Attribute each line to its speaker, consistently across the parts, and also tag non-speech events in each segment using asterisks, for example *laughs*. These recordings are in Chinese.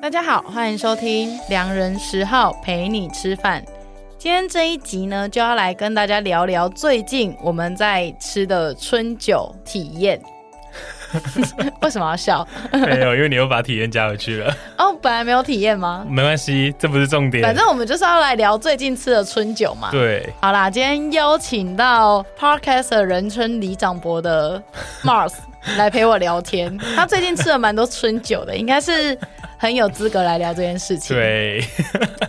Speaker 1: 大家好，欢迎收听《良人十号陪你吃饭》。今天这一集呢，就要来跟大家聊聊最近我们在吃的春酒体验。 *laughs* 为什么要笑？ *laughs*
Speaker 2: 没有，因为你又把体验加回去了。
Speaker 1: 哦，本来没有体验吗？
Speaker 2: 没关系，这不是重点。
Speaker 1: 反正我们就是要来聊最近吃的春酒嘛。
Speaker 2: 对，
Speaker 1: 好啦，今天邀请到 Podcaster 人称李长博的 Mars 来陪我聊天。他最近吃了蛮多春酒的，应该是很有资格来聊这件事情。，
Speaker 2: 对，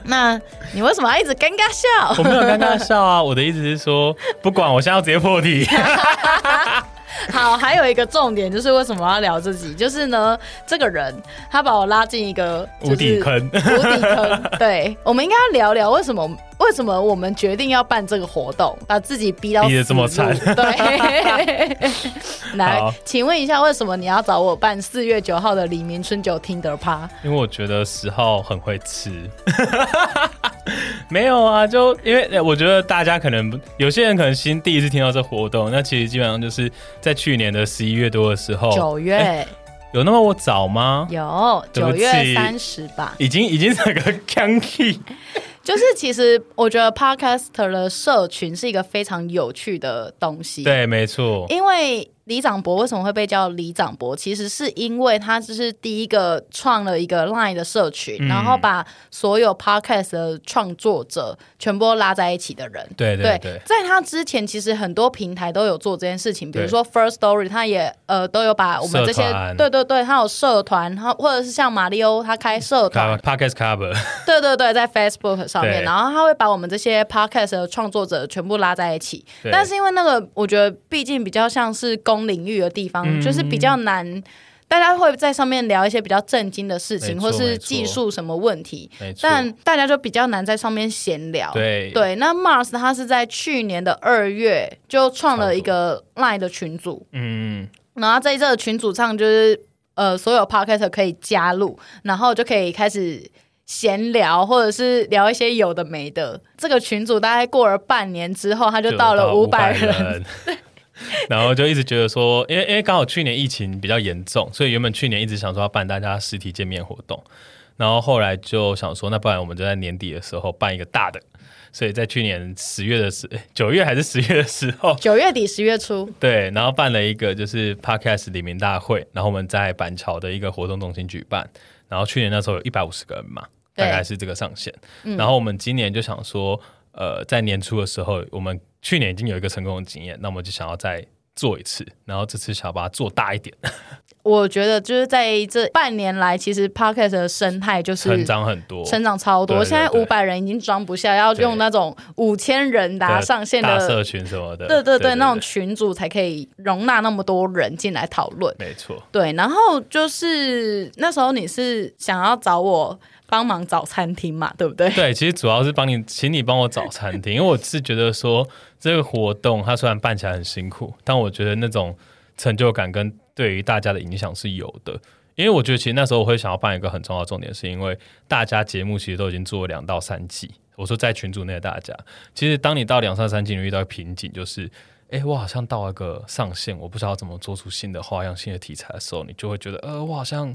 Speaker 1: 那你为什么要一直尴尬笑？
Speaker 2: *laughs* 我没有尴尬笑啊。我的意思是说，不管我现在要直接破
Speaker 1: *laughs*
Speaker 2: 题。
Speaker 1: 好，还有一个重点就是为什么要聊自己？就是呢，这个人他把我拉进一个、就是、
Speaker 2: 无底坑
Speaker 1: 无底
Speaker 2: *laughs*
Speaker 1: 坑。对，我们应该要聊聊为什么为什么我们决定要办这个活动，把自己逼到
Speaker 2: 逼得这么
Speaker 1: 死路
Speaker 2: *laughs*
Speaker 1: 对， *laughs* 来
Speaker 2: 好，
Speaker 1: 请问一下，为什么你要找我办四月九号的黎明春酒听得趴？
Speaker 2: 因为我觉得十号很会吃。 *laughs* 没有啊，就因为呃我觉得大家可能不有些人可能新第一次听到这活动，那其实基本上就是在去年的十一月多的时候，
Speaker 1: 九月、
Speaker 2: 哎有那么我早吗？
Speaker 1: 有
Speaker 2: 对
Speaker 1: 九
Speaker 2: 不起
Speaker 1: 月三十吧。
Speaker 2: 已经已经整个 *laughs* canky，
Speaker 1: 就是其实我觉得 podcaster 的社群是一个非常有趣的东西。
Speaker 2: 对，没错，
Speaker 1: 因为李长博为什么会被叫李长博？其实是因为他就是第一个创了一个 Line 的社群，
Speaker 2: 嗯
Speaker 1: 然后把所有 Podcast 的创作者全部都拉在一起的人。
Speaker 2: 对对对，
Speaker 1: 在他之前，其实很多平台都有做这件事情，比如
Speaker 2: 对
Speaker 1: 说 First Story，他也呃都有把我们这些
Speaker 2: 社，团
Speaker 1: 对对对，他有社团，他或者是像马里欧他开社团，
Speaker 2: podcast cover，
Speaker 1: 对对对，在 Facebook 上面，
Speaker 2: 对
Speaker 1: 然后他会把我们这些 podcast 的创作者全部拉在一起。
Speaker 2: 对
Speaker 1: 但是因为那个，我觉得毕竟比较像是公领域的地方，
Speaker 2: 嗯
Speaker 1: 就是比较难，大家会在上面聊一些比较震惊的事情，
Speaker 2: 没
Speaker 1: 或
Speaker 2: 错
Speaker 1: 是技术什么问题，
Speaker 2: 没错，
Speaker 1: 但哦大家就比较难在上面闲聊。
Speaker 2: 对
Speaker 1: 那 Mars 他是在去年的二月就创了一个 Line 的群组，
Speaker 2: 嗯，
Speaker 1: 然后在这个群组上，就是呃，所有 podcast 可以加入，然后就可以开始闲聊，或者是聊一些有的没的。这个群组大概过了半年之后，他就到了五百人，
Speaker 2: *laughs* 人。然后就一直觉得说，因为因为刚好去年疫情比较严重，所以原本去年一直想说要办大家实体见面活动，然后后来就想说，那不然我们就在年底的时候办一个大的，所以在去年十月的时哎九月还是十月的时候，
Speaker 1: 九月底十月初。
Speaker 2: 对，然后办了一个就是 podcast 黎明大会，然后我们在板桥的一个活动中心举办，然后去年那时候有一百五十个人嘛，
Speaker 1: 对嗯
Speaker 2: 大概是这个上限。然后我们今年就想说，呃，在年初的时候，我们去年已经有一个成功的经验，那我们就想要再做一次，然后这次想要把它做大一点，
Speaker 1: 我觉得就是在这半年来，其实 podcast 的生态就是
Speaker 2: 成长很多。
Speaker 1: 成长超多。
Speaker 2: 对对
Speaker 1: 现在
Speaker 2: 对
Speaker 1: 五百人已经装不下，要用那种五千人达
Speaker 2: 的
Speaker 1: 上限
Speaker 2: 大
Speaker 1: 的。
Speaker 2: 社群什么的，
Speaker 1: 对对对，那种群组才可以容纳那么多人进来讨论。
Speaker 2: 没错，
Speaker 1: 对，然后就是那时候你是想要找我帮忙找餐厅嘛，对不对？
Speaker 2: 对，其实主要是帮你，请你帮我找餐厅，因为我是觉得说这个活动它虽然办起来很辛苦，但我觉得那种成就感跟对于大家的影响是有的。因为我觉得其实那时候我会想要办一个很重要的重点，是因为大家节目其实都已经做了两到三季。我说在群组内的大家，其实当你到两到三季，你遇到瓶颈，就是。诶，我好像到了一个上限，我不知道怎么做出新的花样、新的题材的时候，你就会觉得，呃，我好像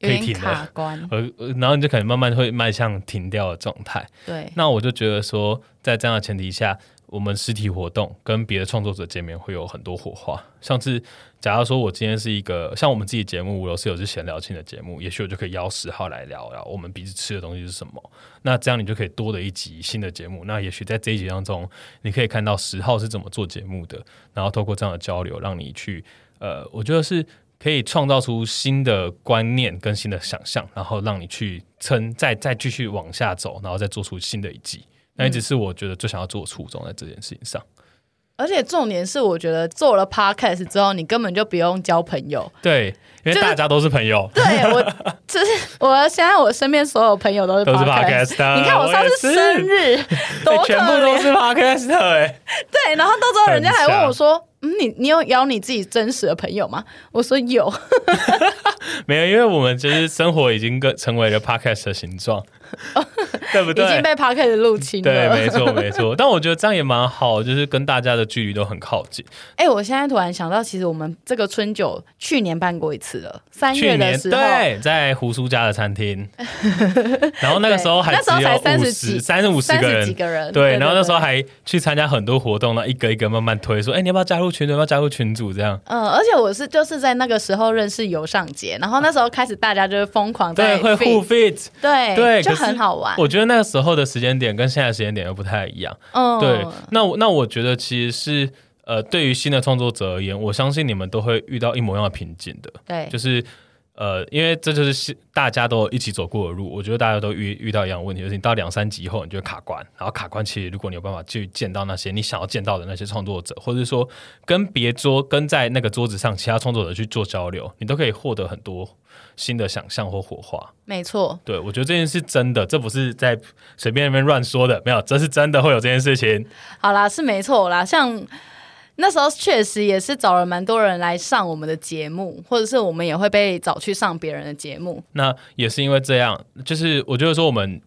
Speaker 1: 有
Speaker 2: *laughs* 可以
Speaker 1: 点
Speaker 2: 停了
Speaker 1: 卡 *laughs* 关。
Speaker 2: 呃，呃然后你就可能慢慢会迈向停掉的状态。
Speaker 1: 对，
Speaker 2: 那我就觉得说，在这样的前提下，我们实体活动跟别的创作者见面会有很多火花。像是假如说我今天是一个像我们自己节目《五楼室友》是闲聊性的节目，也许我就可以邀十号来聊聊我们彼此吃的东西是什么。那这样你就可以多了一集新的节目。那也许在这一集当中，你可以看到十号是怎么做节目的，然后透过这样的交流，让你去呃，我觉得是。可以创造出新的观念跟新的想象，然后让你去撑，再再继续往下走，然后再做出新的一季。那一直是我觉得最想要做的初衷在这件事情上。
Speaker 1: 而且重点是，我觉得做了 podcast 之后，你根本就不用交朋友。
Speaker 2: 对，因为
Speaker 1: 就是
Speaker 2: 大家都是
Speaker 1: *laughs*
Speaker 2: 朋友，
Speaker 1: 对我，就是我现在我身边所有朋友都是
Speaker 2: 都是
Speaker 1: podcast。
Speaker 2: podcast。
Speaker 1: *laughs*
Speaker 2: 呃
Speaker 1: 你看我上次生
Speaker 2: 日， *laughs*
Speaker 1: 日多可
Speaker 2: 哎全部都
Speaker 1: 怜，
Speaker 2: 是 podcast 哎，
Speaker 1: 对，然后到时候人家还问我
Speaker 2: 很
Speaker 1: 说：“嗯，你你有邀你自己真实的朋友吗？”我说有， *laughs*
Speaker 2: 没有，因为我们就是生活已经跟成为了 podcast 的形状。对不对？
Speaker 1: 已经被 p o c k e t 入侵
Speaker 2: 对，
Speaker 1: 了。 *laughs*
Speaker 2: 没错没错。但我觉得这样也蛮好，就是跟大家的距离都很靠近。
Speaker 1: 哎、我现在突然想到，其实我们这个春酒去年办过一次了，三
Speaker 2: 去
Speaker 1: 月
Speaker 2: 年
Speaker 1: 的时候，
Speaker 2: 对，在胡叔家的
Speaker 1: *laughs*
Speaker 2: 餐厅，然后那个时候还
Speaker 1: 对那时候才
Speaker 2: 只有五
Speaker 1: 30
Speaker 2: 十、
Speaker 1: 几
Speaker 2: 三十五十
Speaker 1: 三
Speaker 2: 个
Speaker 1: 十
Speaker 2: 人
Speaker 1: 几。个人，
Speaker 2: 对，然后那时候。还去参加很多活动，然后一个一个慢慢推，说：“哎、你要不要加入群组？要不要加入群组？”这样，
Speaker 1: 嗯，而且我是就是在那个时候认识游尚杰，然后那时候开始大家就是疯狂
Speaker 2: 对，
Speaker 1: 在
Speaker 2: 会
Speaker 1: feed
Speaker 2: 互 fit。
Speaker 1: 对
Speaker 2: 对
Speaker 1: 哎就
Speaker 2: 可是
Speaker 1: 很好玩。
Speaker 2: 我觉得那个时候的时间点跟现在的时间点又不太一样。
Speaker 1: 嗯，
Speaker 2: 对，那我那我觉得其实是呃，对于新的创作者而言，我相信你们都会遇到一模一样的瓶颈的，
Speaker 1: 对
Speaker 2: 就是呃，因为这就是新大家都一起走过的路，我觉得大家都遇遇到一样的问题，就是你到两三集以后，你就会卡关，然后卡关其实如果你有办法去见到那些你想要见到的那些创作者，或者是说跟别桌跟在那个桌子上其他创作者去做交流，你都可以获得很多新的想象或火花。
Speaker 1: 没错，
Speaker 2: 对我觉得这件事是真的，这不是在随便那边乱说的，没有，这是真的会有这件事情。
Speaker 1: 好啦，是没错啦。像那时候确实也是找了蛮多人来上我们的节目，或者是我们也会被找去上别人的节目。
Speaker 2: 那也是因为这样，就是我觉得说我们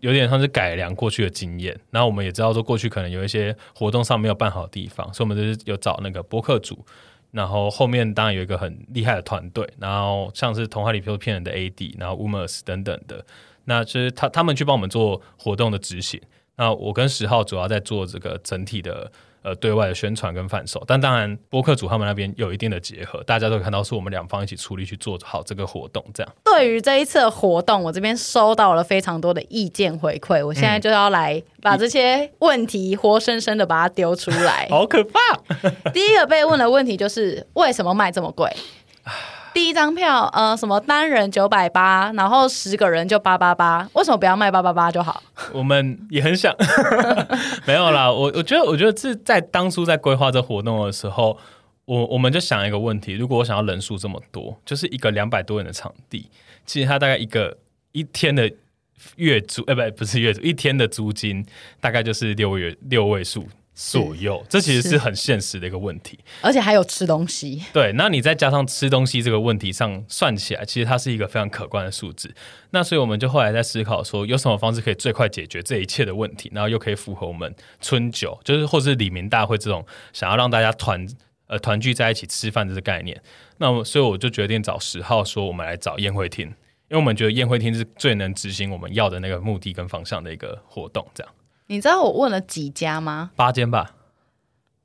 Speaker 2: 有点像是改良过去的经验，然后我们也知道说过去可能有一些活动上没有办好的地方，所以我们就是有找那个播客组。然后后面当然有一个很厉害的团队，然后像是《童话里片骗人的 AD》，然后 Umers 等等的，那就是他他们去帮我们做活动的执行。那我跟十号主要在做这个整体的呃对外的宣传跟贩售，但当然播客组他们那边有一定的结合，大家都可以看到是我们两方一起出力去做好这个活动这样。
Speaker 1: 对于这一次的活动，我这边收到了非常多的意见回馈，我现在就要来把这些问题活生生的把它丢出来。
Speaker 2: 好可怕！ *laughs*
Speaker 1: 第一个被问的问题就是为什么卖这么贵？第一张票，呃，什么单人九百八，然后十个人就八八八，为什么不要卖八八八就好？
Speaker 2: 我们也很想， *laughs* 没有啦。我我觉得，我觉得是在当初在规划这活动的时候，我我们就想一个问题：如果我想要人数这么多，就是一个两百多人的场地，其实它大概一个一天的月租，哎、不不是月租，一天的租金大概就是六月六位数左右。这其实是
Speaker 1: 是
Speaker 2: 很现实的一个问题。
Speaker 1: 而且还有吃东西，
Speaker 2: 对，那你再加上吃东西这个问题上算起来，其实它是一个非常可观的数字。那所以我们就后来在思考说，有什么方式可以最快解决这一切的问题，然后又可以符合我们春酒，就是或是李明大会这种想要让大家团呃团聚在一起吃饭这个概念。那我所以我就决定找十号说，我们来找宴会厅，因为我们觉得宴会厅是最能执行我们要的那个目的跟方向的一个活动。这样
Speaker 1: 你知道我问了几家吗？
Speaker 2: 八间吧，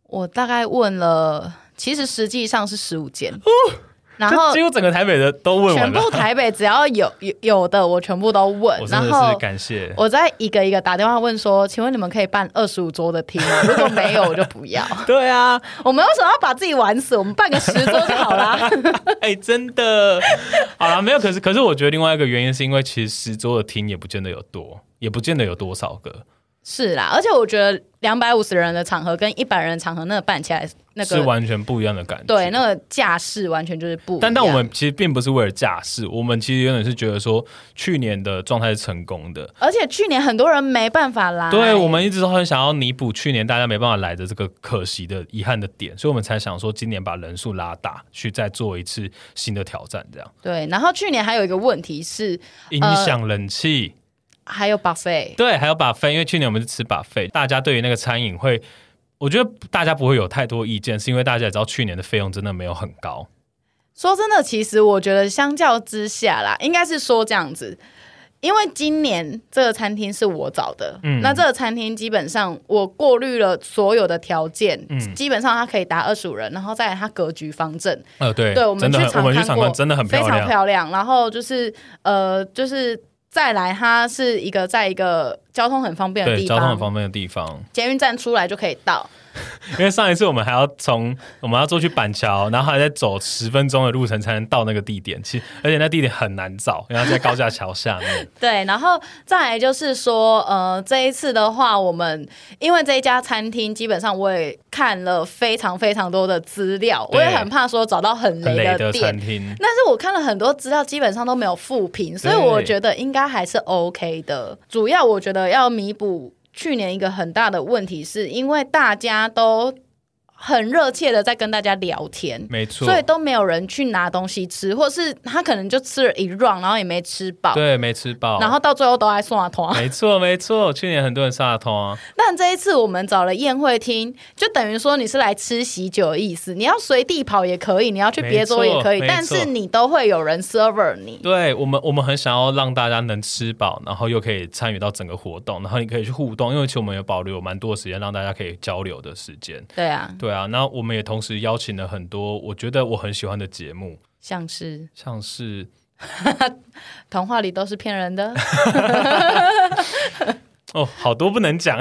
Speaker 1: 我大概问了，其实实际上是十五间，然后
Speaker 2: 就几乎整个台北的都问
Speaker 1: 全
Speaker 2: 完了
Speaker 1: 部。台北只要有有有的，我全部都问
Speaker 2: 我，真
Speaker 1: 然
Speaker 2: 的
Speaker 1: 后
Speaker 2: 是。感谢
Speaker 1: 我再一个一个打电话问说，请问你们可以办二十五桌的厅
Speaker 2: *laughs*
Speaker 1: 吗？如果没有，我就不要。
Speaker 2: 对啊，
Speaker 1: 我们为什么要把自己玩死？我们办个十桌就好
Speaker 2: *laughs*
Speaker 1: 啦。
Speaker 2: 哎、真的，好啦，没有。可是，可是我觉得另外一个原因是因为其实十桌的厅也不见得有多，也不见得有多少个，
Speaker 1: 是啦，而且我觉得两百五十人的场合跟一百人的场合那个办起来那
Speaker 2: 是
Speaker 1: 个
Speaker 2: 完全不一样的感觉。
Speaker 1: 对那个架势完全就是不一样。
Speaker 2: 但但我们其实并不是为了架势，我们其实有点是觉得说去年的状态是成功的。
Speaker 1: 而且去年很多人没办法来，
Speaker 2: 对，我们一直都很想要弥补去年大家没办法来的这个可惜的、遗憾的点，所以我们才想说今年把人数拉大，去再做一次新的挑战，这样
Speaker 1: 对。然后去年还有一个问题是，
Speaker 2: 影
Speaker 1: 呃
Speaker 2: 响人气。
Speaker 1: 还有 buffet，
Speaker 2: 对，还有把费，因为去年我们是吃把费，大家对于那个餐饮会，我觉得大家不会有太多意见，是因为大家也知道去年的费用真的没有很高。
Speaker 1: 说真的，其实我觉得相较之下啦，应该是说这样子，因为今年这个餐厅是我找的，
Speaker 2: 嗯
Speaker 1: 那这个餐厅基本上我过滤了所有的条件，
Speaker 2: 嗯
Speaker 1: 基本上它可以达二十五人，然后再来它格局方正，
Speaker 2: 呃，对
Speaker 1: 对，我们
Speaker 2: 真
Speaker 1: 去
Speaker 2: 的很，我
Speaker 1: 场
Speaker 2: 们去
Speaker 1: 看
Speaker 2: 场
Speaker 1: 过，
Speaker 2: 馆真的很漂
Speaker 1: 非常
Speaker 2: 亮。
Speaker 1: 漂亮。然后就是呃，就是再来，它是一个在一个交通很方便的
Speaker 2: 对，
Speaker 1: 地
Speaker 2: 交通很
Speaker 1: 方，
Speaker 2: 方便的地方，
Speaker 1: 捷运站出来就可以到。
Speaker 2: 因为上一次我们还要从我们要坐去板桥，然后还在走十分钟的路程才能到那个地点，其实而且那地点很难找，然后在高架桥下面。
Speaker 1: 对，然后再来就是说，呃，这一次的话，我们因为这一家餐厅，基本上我也看了非常非常多的资料，我
Speaker 2: 对
Speaker 1: 也很怕说找到很
Speaker 2: 很
Speaker 1: 雷
Speaker 2: 雷
Speaker 1: 的
Speaker 2: 的餐
Speaker 1: 店。
Speaker 2: 厅，
Speaker 1: 但是我看了很多资料，基本上都没有负评，所以
Speaker 2: 对
Speaker 1: 我觉得应该还是 OK 的。主要我觉得要弥补去年一个很大的问题，是因为大家都很热切的在跟大家聊天，
Speaker 2: 没错，
Speaker 1: 所以都没有人去拿东西吃，或是他可能就吃了一 round，然后也没吃饱，
Speaker 2: 对没吃饱，
Speaker 1: 然后到最后都在送阿
Speaker 2: *laughs*
Speaker 1: 通。
Speaker 2: 没错没错，去年很多人上了通啊，
Speaker 1: 但这一次我们找了宴会厅，就等于说你是来吃喜酒的意思，你要随地跑也可以，你要去别桌也可以
Speaker 2: 没，错
Speaker 1: 但
Speaker 2: 没错
Speaker 1: 是你都会有人 server 你。
Speaker 2: 对我们我们很想要让大家能吃饱，然后又可以参与到整个活动，然后你可以去互动，因为其实我们有保留蛮多的时间让大家可以交流的时间。
Speaker 1: 对啊，
Speaker 2: 对啊，那我们也同时邀请了很多我觉得我很喜欢的节目，
Speaker 1: 像是
Speaker 2: 像是
Speaker 1: 童话里都是骗人
Speaker 2: *laughs*
Speaker 1: 的，
Speaker 2: 哦，好多不能讲，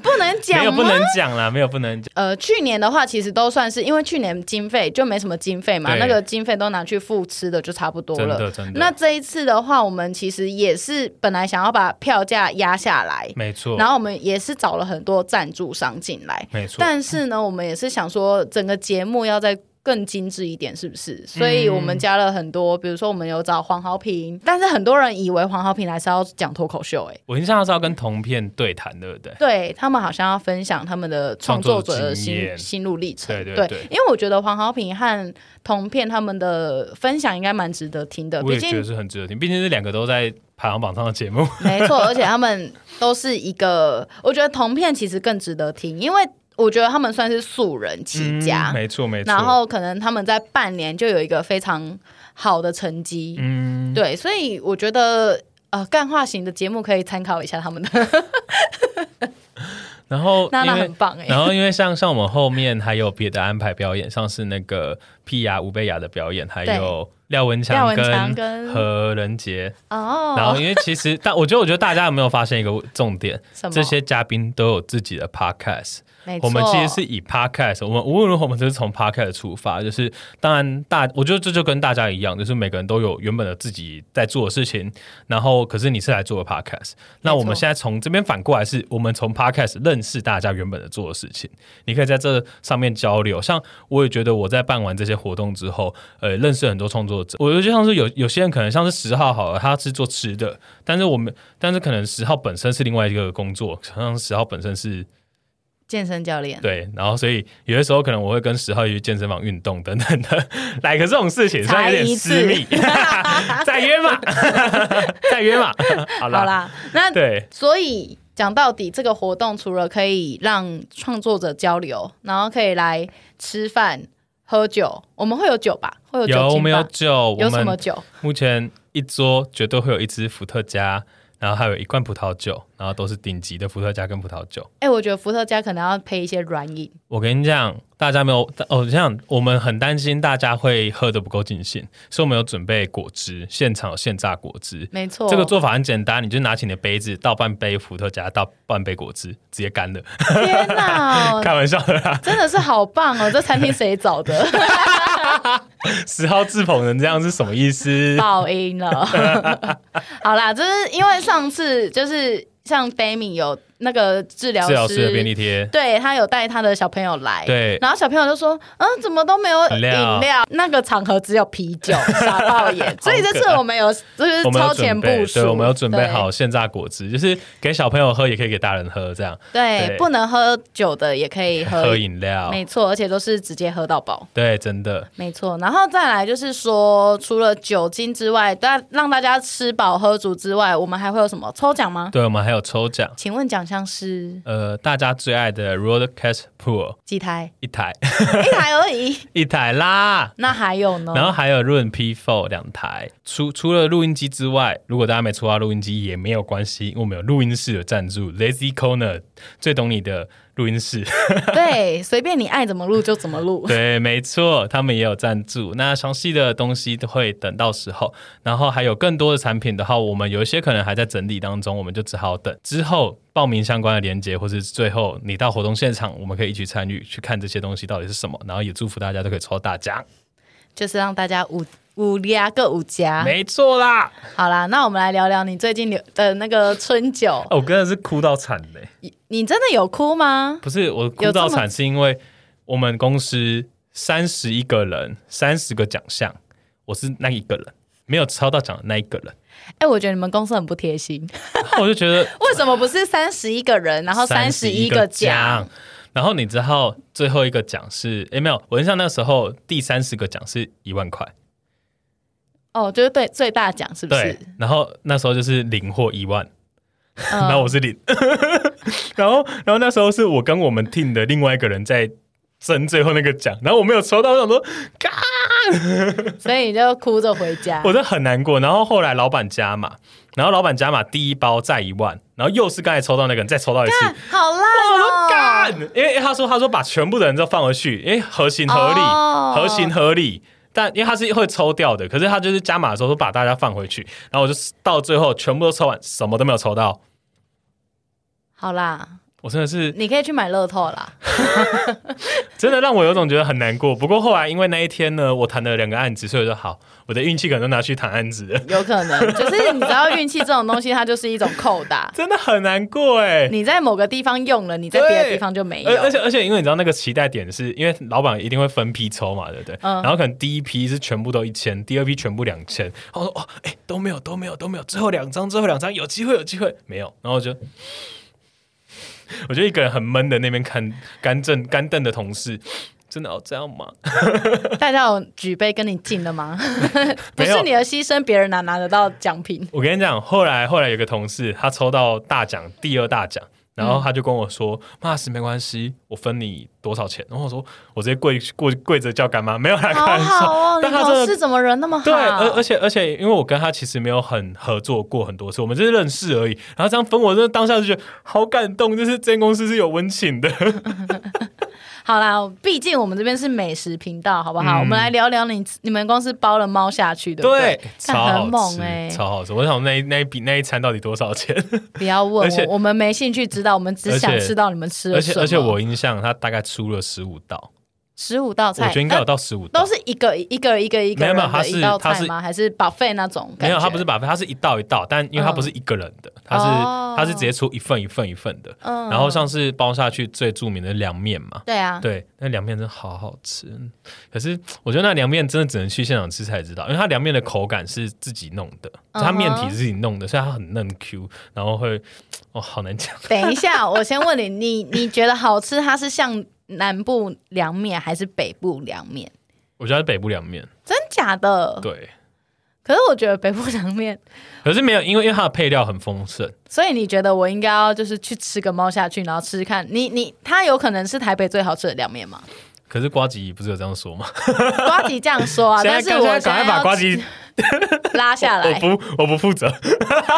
Speaker 1: 不能
Speaker 2: 没
Speaker 1: 讲
Speaker 2: 有
Speaker 1: 吗
Speaker 2: 不？能讲啦，没有不能讲。
Speaker 1: 呃，去年的话，其实都算是因为去年经费就没什么经费嘛，
Speaker 2: 对
Speaker 1: 那个经费都拿去付吃的就差不多
Speaker 2: 真
Speaker 1: 了。
Speaker 2: 的真的，
Speaker 1: 那这一次的话，我们其实也是本来想要把票价压下来，
Speaker 2: 没错，
Speaker 1: 然后我们也是找了很多赞助商进来，
Speaker 2: 没错，
Speaker 1: 但是呢，我们也是想说整个节目要再更精致一点，是不是？所以我
Speaker 2: 嗯
Speaker 1: 们加了很多，比如说我们有找黄豪平，但是很多人以为黄豪平来是要讲脱口秀、欸，
Speaker 2: 我印象是要跟同片对谈，对不对？
Speaker 1: 对他们好像要分享他们的创作者的
Speaker 2: 创作经
Speaker 1: 心
Speaker 2: 验
Speaker 1: 心路历程。
Speaker 2: 对对对
Speaker 1: 因为我觉得黄豪平和童片他们的分享应该蛮值得听的，呃
Speaker 2: 我
Speaker 1: 毕
Speaker 2: 也觉得
Speaker 1: 竟
Speaker 2: 是很值得听，毕竟这两个都在排行榜上的节目。
Speaker 1: 没错，而且他们都是一个，我觉得童片其实更值得听，因为我觉得他们算是素人起家。
Speaker 2: 嗯没错没错。
Speaker 1: 然后可能他们在半年就有一个非常好的成绩，
Speaker 2: 嗯，
Speaker 1: 对，所以我觉得呃，干化型的节目可以参考一下他们 *laughs* 的，
Speaker 2: 然后
Speaker 1: 娜
Speaker 2: 哦因
Speaker 1: 娜
Speaker 2: 为
Speaker 1: 很棒哎、
Speaker 2: 然后因为像像我们后面还有别的安排表演，像是那个屁雅、吴贝雅的表演，还有廖文
Speaker 1: 廖
Speaker 2: 强
Speaker 1: 文强跟
Speaker 2: 跟何仁杰。
Speaker 1: 哦，
Speaker 2: 然后因为其实，但我觉得我觉得大家有没有发现一个重点？
Speaker 1: 什么
Speaker 2: 这些嘉宾都有自己的 podcast。
Speaker 1: 没错，
Speaker 2: 我们其实是以 podcast，我们无论如何，我们都是从 podcast 出发。就是当然大，我觉得这就跟大家一样，就是每个人都有原本的自己在做的事情，然后可是你是来做的 podcast。那我们现在从这边反过来是，我们从 podcast 认识大家原本的做的事情，你可以在这上面交流。像我也觉得我在办完这些活动之后，呃，认识很多创作者。我就像是有有些人可能像是十号好了，他是做吃的，但是我们但是可能十号本身是另外一个工作，像十号本身是
Speaker 1: 健身教练，
Speaker 2: 对，然后所以有些时候可能我会跟十号去健身房运动等等的，来个这种事情虽然
Speaker 1: 才
Speaker 2: 有点
Speaker 1: 一
Speaker 2: 私
Speaker 1: 次 *laughs*
Speaker 2: 密，再约嘛，再约嘛，好啦，
Speaker 1: 好啦，那
Speaker 2: 对，
Speaker 1: 所以。讲到底，这个活动除了可以让创作者交流，然后可以来吃饭、喝酒，我们会有酒吧？会有酒精
Speaker 2: 有
Speaker 1: 吧？
Speaker 2: 我们有酒，我
Speaker 1: 有什么
Speaker 2: 们
Speaker 1: 酒？
Speaker 2: 目前一桌绝对会有一支伏特加，然后还有一罐葡萄酒，然后都是顶级的伏特加跟葡萄酒。
Speaker 1: 哎、我觉得伏特加可能要配一些软饮，
Speaker 2: 我跟你讲，大家没有哦，这样我们很担心大家会喝的不够尽兴，所以我们有准备果汁，现场有现榨果汁，
Speaker 1: 没错。
Speaker 2: 这个做法很简单，你就拿起你的杯子倒半杯伏特加，倒半杯果汁，直接干的。
Speaker 1: 天哪，
Speaker 2: *laughs* 开玩笑的啦，
Speaker 1: 真的是好棒哦！这餐厅谁找
Speaker 2: *laughs*
Speaker 1: 的？
Speaker 2: 十号自捧人这样是什么意
Speaker 1: *laughs*
Speaker 2: 思？
Speaker 1: 爆音
Speaker 2: *laughs*
Speaker 1: 了。好啦，就是因为上次就是像 Dami 有那个治疗
Speaker 2: 治疗师的便利贴，
Speaker 1: 对他有带他的小朋友来，
Speaker 2: 对
Speaker 1: 然后小朋友就说：“嗯，怎么都没有饮
Speaker 2: 饮料
Speaker 1: 料？那个场合只有啤
Speaker 2: *laughs*
Speaker 1: 酒，傻爆眼。”所以这次我们有就是
Speaker 2: 我们
Speaker 1: 超
Speaker 2: 有
Speaker 1: 前
Speaker 2: 准
Speaker 1: 部
Speaker 2: 备，
Speaker 1: 署，
Speaker 2: 对，我们有准备好现榨果汁，就是给小朋友喝，也可以给大人喝，这样
Speaker 1: 对，对，
Speaker 2: 对
Speaker 1: 不能喝酒的也可以喝
Speaker 2: 喝，饮料，
Speaker 1: 没错，而且都是直接喝到饱。
Speaker 2: 对，真的
Speaker 1: 没错，然后再来就是说，除了酒精之外，大让大家吃饱喝足之外，我们还会有什么抽奖吗？
Speaker 2: 对。我们还有抽奖，
Speaker 1: 请问奖项是
Speaker 2: 呃，大家最爱的 Roadcast Pool
Speaker 1: 几
Speaker 2: *laughs*
Speaker 1: 台？
Speaker 2: 一台
Speaker 1: 一台而已。
Speaker 2: 一台啦。
Speaker 1: 那还有呢？
Speaker 2: 然后还有润 P Four 两台，除除了录音机之外，如果大家没抽到录音机也没有关系，因为我们有录音室的赞助，Lazy Corner 最懂你的录音室，
Speaker 1: 对，随便你爱怎么录就怎么录。
Speaker 2: *laughs* 对，没错，他们也有赞助。那详细的东西都会等到时候，然后还有更多的产品的话，我们有一些可能还在整理当中，我们就只好等之后报名相关的连接，或是最后你到活动现场，我们可以一起参与去看这些东西到底是什么，然后也祝福大家都可以抽到大奖，
Speaker 1: 就是让大家五五加各五加。
Speaker 2: 没错啦。
Speaker 1: 好啦，那我们来聊聊你最近流的那个春酒，
Speaker 2: 哦，我真的是哭到惨嘞、
Speaker 1: 你你真的有哭吗？
Speaker 2: 不是我哭
Speaker 1: 有这
Speaker 2: 到
Speaker 1: 么
Speaker 2: 惨，是因为我们公司三十一个人，三十个奖项，我是那一个人，没有抽到奖的那一个人，
Speaker 1: 哎、我觉得你们公司很不贴
Speaker 2: *laughs*
Speaker 1: 心， *laughs*
Speaker 2: 然后我就觉得
Speaker 1: 为什么不是三十一个人，然后三十一
Speaker 2: 一
Speaker 1: 个奖？，
Speaker 2: 然后你知道最后一个奖是，诶，没有，我印象那时候第三十个奖是一万块，
Speaker 1: 哦，就是对最大奖是不嗯
Speaker 2: 对
Speaker 1: 是？，
Speaker 2: 然后那时候就是零或一万，
Speaker 1: 嗯
Speaker 2: 然后我是零， *laughs* 然后然后那时候是我跟我们 team 的另外一个人在争最后那个奖，然后我没有抽到，我想说，嘎，
Speaker 1: 所以你就哭着回家。
Speaker 2: 我真的很难过。然后后来老板加码，然后老板加码第一包再一万，然后又是刚才抽到那个人再抽到一次，
Speaker 1: 干好烂
Speaker 2: 我说
Speaker 1: 哦！
Speaker 2: 干，因为他说他说把全部的人都放回去，因为合情合理，
Speaker 1: 哦
Speaker 2: 合情合理。但因为他是会抽掉的，可是他就是加码的时候说把大家放回去，然后我就到最后全部都抽完，什么都没有抽到，
Speaker 1: 好啦，
Speaker 2: 我真的是
Speaker 1: 你可以去买乐透啦。
Speaker 2: 真的让我有种觉得很难过。不过后来因为那一天呢，我谈了两个案子，所以我就好，我的运气可能都拿去谈案子了， *laughs*
Speaker 1: 有可能，就是你知道运气这种东西，它就是一种扣打。
Speaker 2: 真的很难过哎、
Speaker 1: 你在某个地方用了，你在别的
Speaker 2: 对
Speaker 1: 地方就没有
Speaker 2: 而。而且而且，因为你知道那个期待点是，因为老板一定会分批抽嘛，对不对？
Speaker 1: 嗯
Speaker 2: 然后可能第一批是全部都一千，第二批全部两千。然后我说哦，哎、都没有，都没有，都没有，最后两张，最后两张有机会，有机会，没有。然后我就，我就一个人很闷的那边看干正干瞪的同事，真的要这样吗？
Speaker 1: 大家有举杯跟你敬的吗？不
Speaker 2: *laughs* 没
Speaker 1: 是
Speaker 2: 有
Speaker 1: 你的牺牲，别人哪拿得到奖品？
Speaker 2: 我跟你讲，后来后来有个同事，他抽到大奖，第二大奖，然后他就跟我说：“妈、是没关系，我分你多少钱？”然后我说：“我直接跪跪跪着叫干妈，没有来开
Speaker 1: 好
Speaker 2: 玩笑。
Speaker 1: 好哦，你
Speaker 2: 但他真
Speaker 1: 同
Speaker 2: 的
Speaker 1: 事怎么人那么好？
Speaker 2: 对，而而且而且，因为我跟他其实没有很合作过很多次，我们就是认识而已。然后这样分我，真的当下就觉得好感动，就是这间公司是有温情的。
Speaker 1: 好啦，毕竟我们这边是美食频道，好不
Speaker 2: 嗯
Speaker 1: 好？我们来聊聊你你们公司包了猫下去，对不对？看
Speaker 2: 超
Speaker 1: 很
Speaker 2: 好
Speaker 1: 猛
Speaker 2: 吃，
Speaker 1: 欸
Speaker 2: 超好吃。我想那一那一笔那一餐到底多
Speaker 1: *laughs*
Speaker 2: 少钱？
Speaker 1: 不要问
Speaker 2: 而且
Speaker 1: 我，我们没兴趣知道，我们只想
Speaker 2: 而且
Speaker 1: 吃到你们吃了
Speaker 2: 而且
Speaker 1: 什么。
Speaker 2: 而且我印象他大概出了十五道，
Speaker 1: 十五道
Speaker 2: 我
Speaker 1: 菜，
Speaker 2: 觉得应该有
Speaker 1: 呃
Speaker 2: 到十五道
Speaker 1: 都。是一个一个一个一个
Speaker 2: 没有
Speaker 1: 人
Speaker 2: 没有它
Speaker 1: 的
Speaker 2: 是
Speaker 1: 一道
Speaker 2: 它
Speaker 1: 菜
Speaker 2: 是
Speaker 1: 吗？还是 buffet 那种？
Speaker 2: 没有，他不是
Speaker 1: 是，
Speaker 2: 把费，他是一道一道，但因为他不是一个人的，他是
Speaker 1: 哦
Speaker 2: 他是直接出一份一份一份的。
Speaker 1: 嗯
Speaker 2: 然后像是包下去最著名的凉面嘛，
Speaker 1: 对啊，
Speaker 2: 对，那凉面真的好好吃。可是我觉得那凉面真的只能去现场吃才知道，因为它凉面的口感是自己弄的，
Speaker 1: 嗯哼
Speaker 2: 它面体是自己弄的，所以它很嫩 Q，然后会哦，好难讲。 *laughs*
Speaker 1: 等一下，我先问你，你你觉得好吃？它是像南部凉面还是北部凉面？
Speaker 2: 我觉得它是北部凉面，
Speaker 1: 真假的？
Speaker 2: 对，
Speaker 1: 可是我觉得北部凉面，
Speaker 2: 可是没有，因为因为它的配料很丰盛，
Speaker 1: 所以你觉得我应该要就是去吃个猫下去，然后吃吃看。你你它有可能是台北最好吃的凉面吗？
Speaker 2: 可是瓜吉不是有这样说吗？
Speaker 1: 瓜吉这样说啊，
Speaker 2: *laughs* 现
Speaker 1: 但
Speaker 2: 在
Speaker 1: 是
Speaker 2: 现
Speaker 1: 我
Speaker 2: 在赶快把瓜吉，
Speaker 1: 拉下
Speaker 2: 我
Speaker 1: 来。
Speaker 2: 不我不负责，
Speaker 1: 哦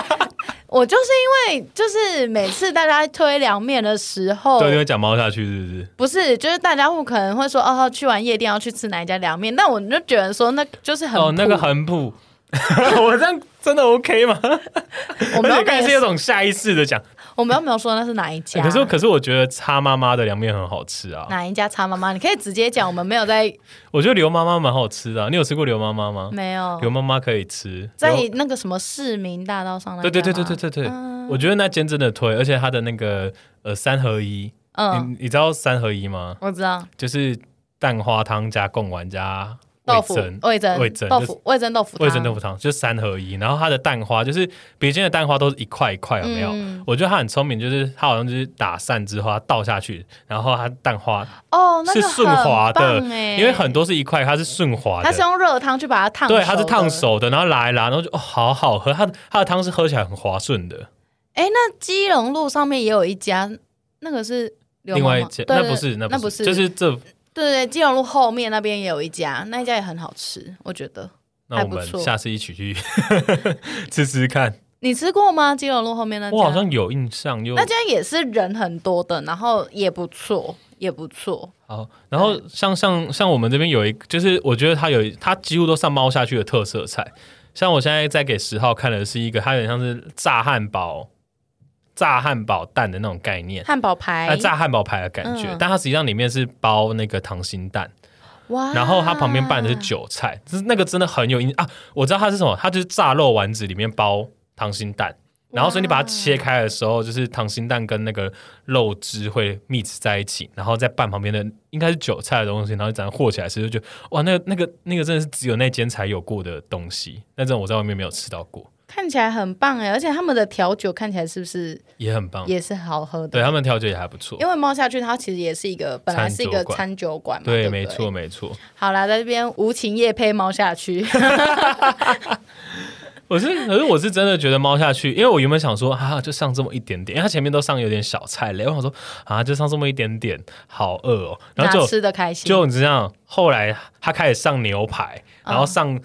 Speaker 1: 我就是因为就是每次大家推凉面的时候，
Speaker 2: *laughs* 对，因为讲猫下去是不是？
Speaker 1: 不是，就是大家会可能会说哦，去完夜店要去吃哪一家凉面，但我就觉得说那就是很
Speaker 2: 哦，那个
Speaker 1: 普
Speaker 2: 很普， *laughs* 我这样真的 OK 吗？
Speaker 1: 我们
Speaker 2: *laughs* 而且
Speaker 1: 又
Speaker 2: 刚才是
Speaker 1: 没有
Speaker 2: 有种下意识的讲，
Speaker 1: 我们又没有说那是哪一家，
Speaker 2: 可是可是我觉得叉妈妈的凉面很好吃啊，
Speaker 1: 哪一家叉妈妈，你可以直接讲，我们没有在
Speaker 2: 我觉得刘妈妈蛮好吃的啊、你有吃过刘妈妈吗？
Speaker 1: 没有
Speaker 2: 刘妈妈可以吃，
Speaker 1: 嗯在
Speaker 2: 刘
Speaker 1: 那个什么市民大道上那
Speaker 2: 对对对对对
Speaker 1: 家吗
Speaker 2: 对对，
Speaker 1: 嗯
Speaker 2: 我觉得那间真的推，而且它的那个呃三合一，
Speaker 1: 嗯，
Speaker 2: 你你知道三合一吗？
Speaker 1: 我知道
Speaker 2: 就是蛋花汤加贡丸加味
Speaker 1: 豆腐
Speaker 2: 增、
Speaker 1: 味增、
Speaker 2: 味增
Speaker 1: 豆
Speaker 2: 就
Speaker 1: 腐、味增豆腐汤、
Speaker 2: 味增豆腐汤，就三合一。然后它的蛋花就是别间的蛋花都是一块一块，有没有？
Speaker 1: 嗯
Speaker 2: 我觉得它很聪明，就是它好像就是打散之后它倒下去，然后它蛋花
Speaker 1: 哦，那
Speaker 2: 是
Speaker 1: 个
Speaker 2: 顺滑的，
Speaker 1: 很棒欸
Speaker 2: 因为很多是一块，它是顺滑的，
Speaker 1: 它是用热汤去把它烫，
Speaker 2: 对，它是烫。手的，然后拉一拉，然后就哦，好好喝。它的它的汤是喝起来很滑顺的。
Speaker 1: 哎，那基隆路上面也有一家，那个是刘
Speaker 2: 另
Speaker 1: 妈妈
Speaker 2: 外一间
Speaker 1: 对
Speaker 2: 那
Speaker 1: 对
Speaker 2: 不是
Speaker 1: 那
Speaker 2: 那不
Speaker 1: 是，
Speaker 2: 就是这
Speaker 1: 对对，基隆路后面那边也有一家，那一家也很好吃，我觉得。
Speaker 2: 那
Speaker 1: 还
Speaker 2: 我
Speaker 1: 不
Speaker 2: 们
Speaker 1: 错
Speaker 2: 下次一起去 *laughs* 吃吃看。
Speaker 1: 你吃过吗？基隆路后面那家？
Speaker 2: 我好像有印象，又
Speaker 1: 那家也是人很多的，然后也不错，也不错。
Speaker 2: 好。然后像像像我们这边有一，就是我觉得它有一它几乎都上猫下去的特色菜。像我现在在给十号看的是一个，它有点像是炸汉堡、炸汉堡蛋的那种概念，
Speaker 1: 汉堡排，
Speaker 2: 它啊炸汉堡排的感觉，
Speaker 1: 哎嗯
Speaker 2: 但它实际上里面是包那个溏心蛋。
Speaker 1: 哇
Speaker 2: 然后它旁边拌的
Speaker 1: 啊
Speaker 2: 是韭菜，就是那个真的很有印啊！我知道它是什么，它就是炸肉丸子里面包溏心蛋，然后所以你把它切开的时候，就是溏心蛋跟那个肉汁会 mix 在一起，然后再拌旁边的应该是韭菜的东西，然后这样和起来吃，就觉得哇，那个那个那个真的是只有那间才有过的东西，那阵我在外面没有吃到过。
Speaker 1: 看起来很棒哎，而且他们的调酒看起来是不是
Speaker 2: 也很棒。
Speaker 1: 也是好喝的？
Speaker 2: 嗯对他们调酒也还不错，
Speaker 1: 因为猫下去，它其实也是一个本来是一个
Speaker 2: 餐酒馆
Speaker 1: 餐酒馆嘛，
Speaker 2: 对，
Speaker 1: 对，
Speaker 2: 没错。没错。
Speaker 1: 好啦，在这边无情夜配猫下
Speaker 2: *laughs*
Speaker 1: 去，
Speaker 2: 我是可是我是真的觉得猫下去，因为我原本想说啊，就上这么一点点，因为它前面都上有点小菜类，我想说啊，就上这么一点点，好饿哦。然
Speaker 1: 拿
Speaker 2: 后就
Speaker 1: 吃的开心。
Speaker 2: 就你知道，后来他开始上牛排，然后上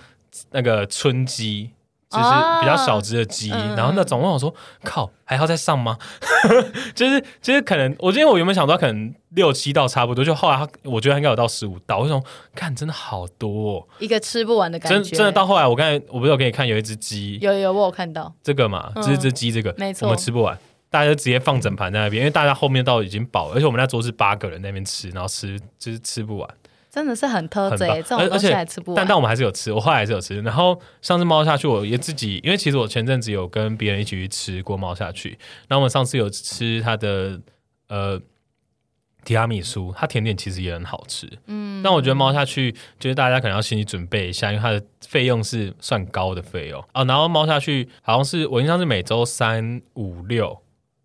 Speaker 2: 那个春鸡。就是比较小只的鸡，
Speaker 1: 哦嗯
Speaker 2: 然后那种我想说，靠，还要再上吗？ *laughs* 就是就是可能，我今天我原本想到可能六七道差不多，就后来他我觉得他应该有到十五道，我想说看真的好多、哦，
Speaker 1: 一个吃不完的感
Speaker 2: 真
Speaker 1: 觉，
Speaker 2: 真的到后来我刚才我不是有给你看有一只鸡，
Speaker 1: 有有有我有看到，
Speaker 2: 这个嘛，
Speaker 1: 嗯
Speaker 2: 这只鸡这个，
Speaker 1: 没错
Speaker 2: 我们吃不完，大家就直接放整盘在那边，因为大家后面到已经饱了，而且我们那桌是八个人在那边吃，然后吃就是吃不完，
Speaker 1: 真的是很偷
Speaker 2: 很
Speaker 1: 贼，
Speaker 2: 棒
Speaker 1: 这种
Speaker 2: 而
Speaker 1: 东
Speaker 2: 而
Speaker 1: 西
Speaker 2: 且
Speaker 1: 还吃不
Speaker 2: 但
Speaker 1: 完。
Speaker 2: 但我们还是有吃，我后来还是有吃。然后上次猫下去，我也自己，因为其实我前阵子有跟别人一起去吃过猫下去，然后我们上次有吃它的呃提拉米苏，它甜点其实也很好吃，嗯。但我觉得猫下去就是大家可能要心里准备一下，因为它的费用是算高的费用啊。然后猫下去好像是我印象是每周三五六，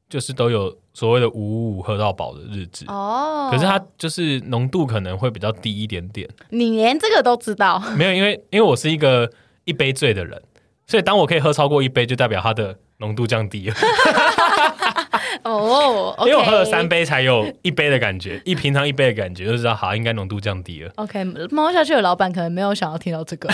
Speaker 2: 就是都有所谓的五五喝到饱的日子。
Speaker 1: 哦，
Speaker 2: 可是它就是浓度可能会比较低一点点，
Speaker 1: 你连这个都知道，
Speaker 2: 没有，因为因为我是一个一杯醉的人，所以当我可以喝超过一杯，就代表它的浓度降低了。
Speaker 1: 哦，
Speaker 2: *laughs* 因为我喝了三
Speaker 1: 杯。
Speaker 2: 杯才有一杯的感觉，一平常一杯的感觉，就知道好应该浓度降低了。
Speaker 1: OK，猫下去的老板可能没有想要听到
Speaker 2: *laughs*
Speaker 1: 这个，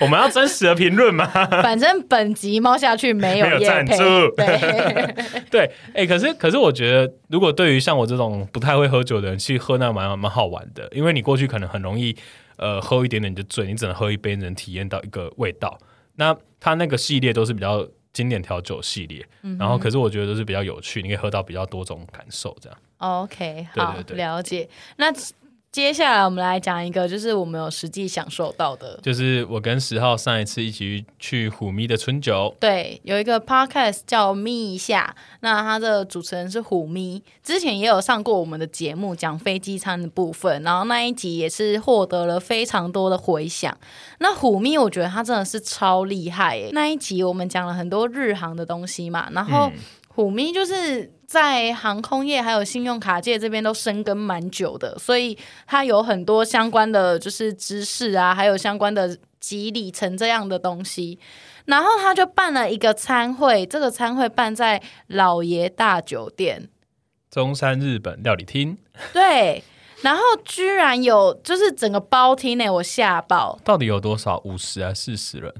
Speaker 2: 我们要真实的评论嘛？
Speaker 1: 反正本集猫下去没
Speaker 2: 没有
Speaker 1: 业
Speaker 2: 赞
Speaker 1: 配，
Speaker 2: 助 *laughs*
Speaker 1: 对，
Speaker 2: 对，哎、可是可是我觉得，如果对于像我这种不太会喝酒的人去喝，那蛮蛮好玩的，因为你过去可能很容易呃喝一点点你就醉，你只能喝一杯，你能体验到一个味道。那它那个系列都是比较经典调酒系列，然后可是我觉得都是比较有趣，你可以喝到比较多种感受这样。
Speaker 1: OK，
Speaker 2: 对
Speaker 1: 好，
Speaker 2: 对对
Speaker 1: 了解。那接下来我们来讲一个，就是我们有实际享受到的。
Speaker 2: 就是我跟十号上一次一起去虎咪的春酒，
Speaker 1: 对，有一个 podcast 叫《咪一下》，那它的主持人是虎咪，之前也有上过我们的节目，讲飞机餐的部分，然后那一集也是获得了非常多的回响。那虎咪，我觉得他真的是超厉害耶！那一集我们讲了很多日航的东西嘛，然后虎咪就是在航空业还有信用卡界这边都深耕蛮久的，所以他有很多相关的就是知识啊，还有相关的集里程这样的东西。然后他就办了一个餐会，这个餐会办在老爷大酒店，
Speaker 2: 中山日本料理厅，
Speaker 1: 对。然后居然有，就是整个包厅内我吓爆，
Speaker 2: 到底有多少？五十还是四十人？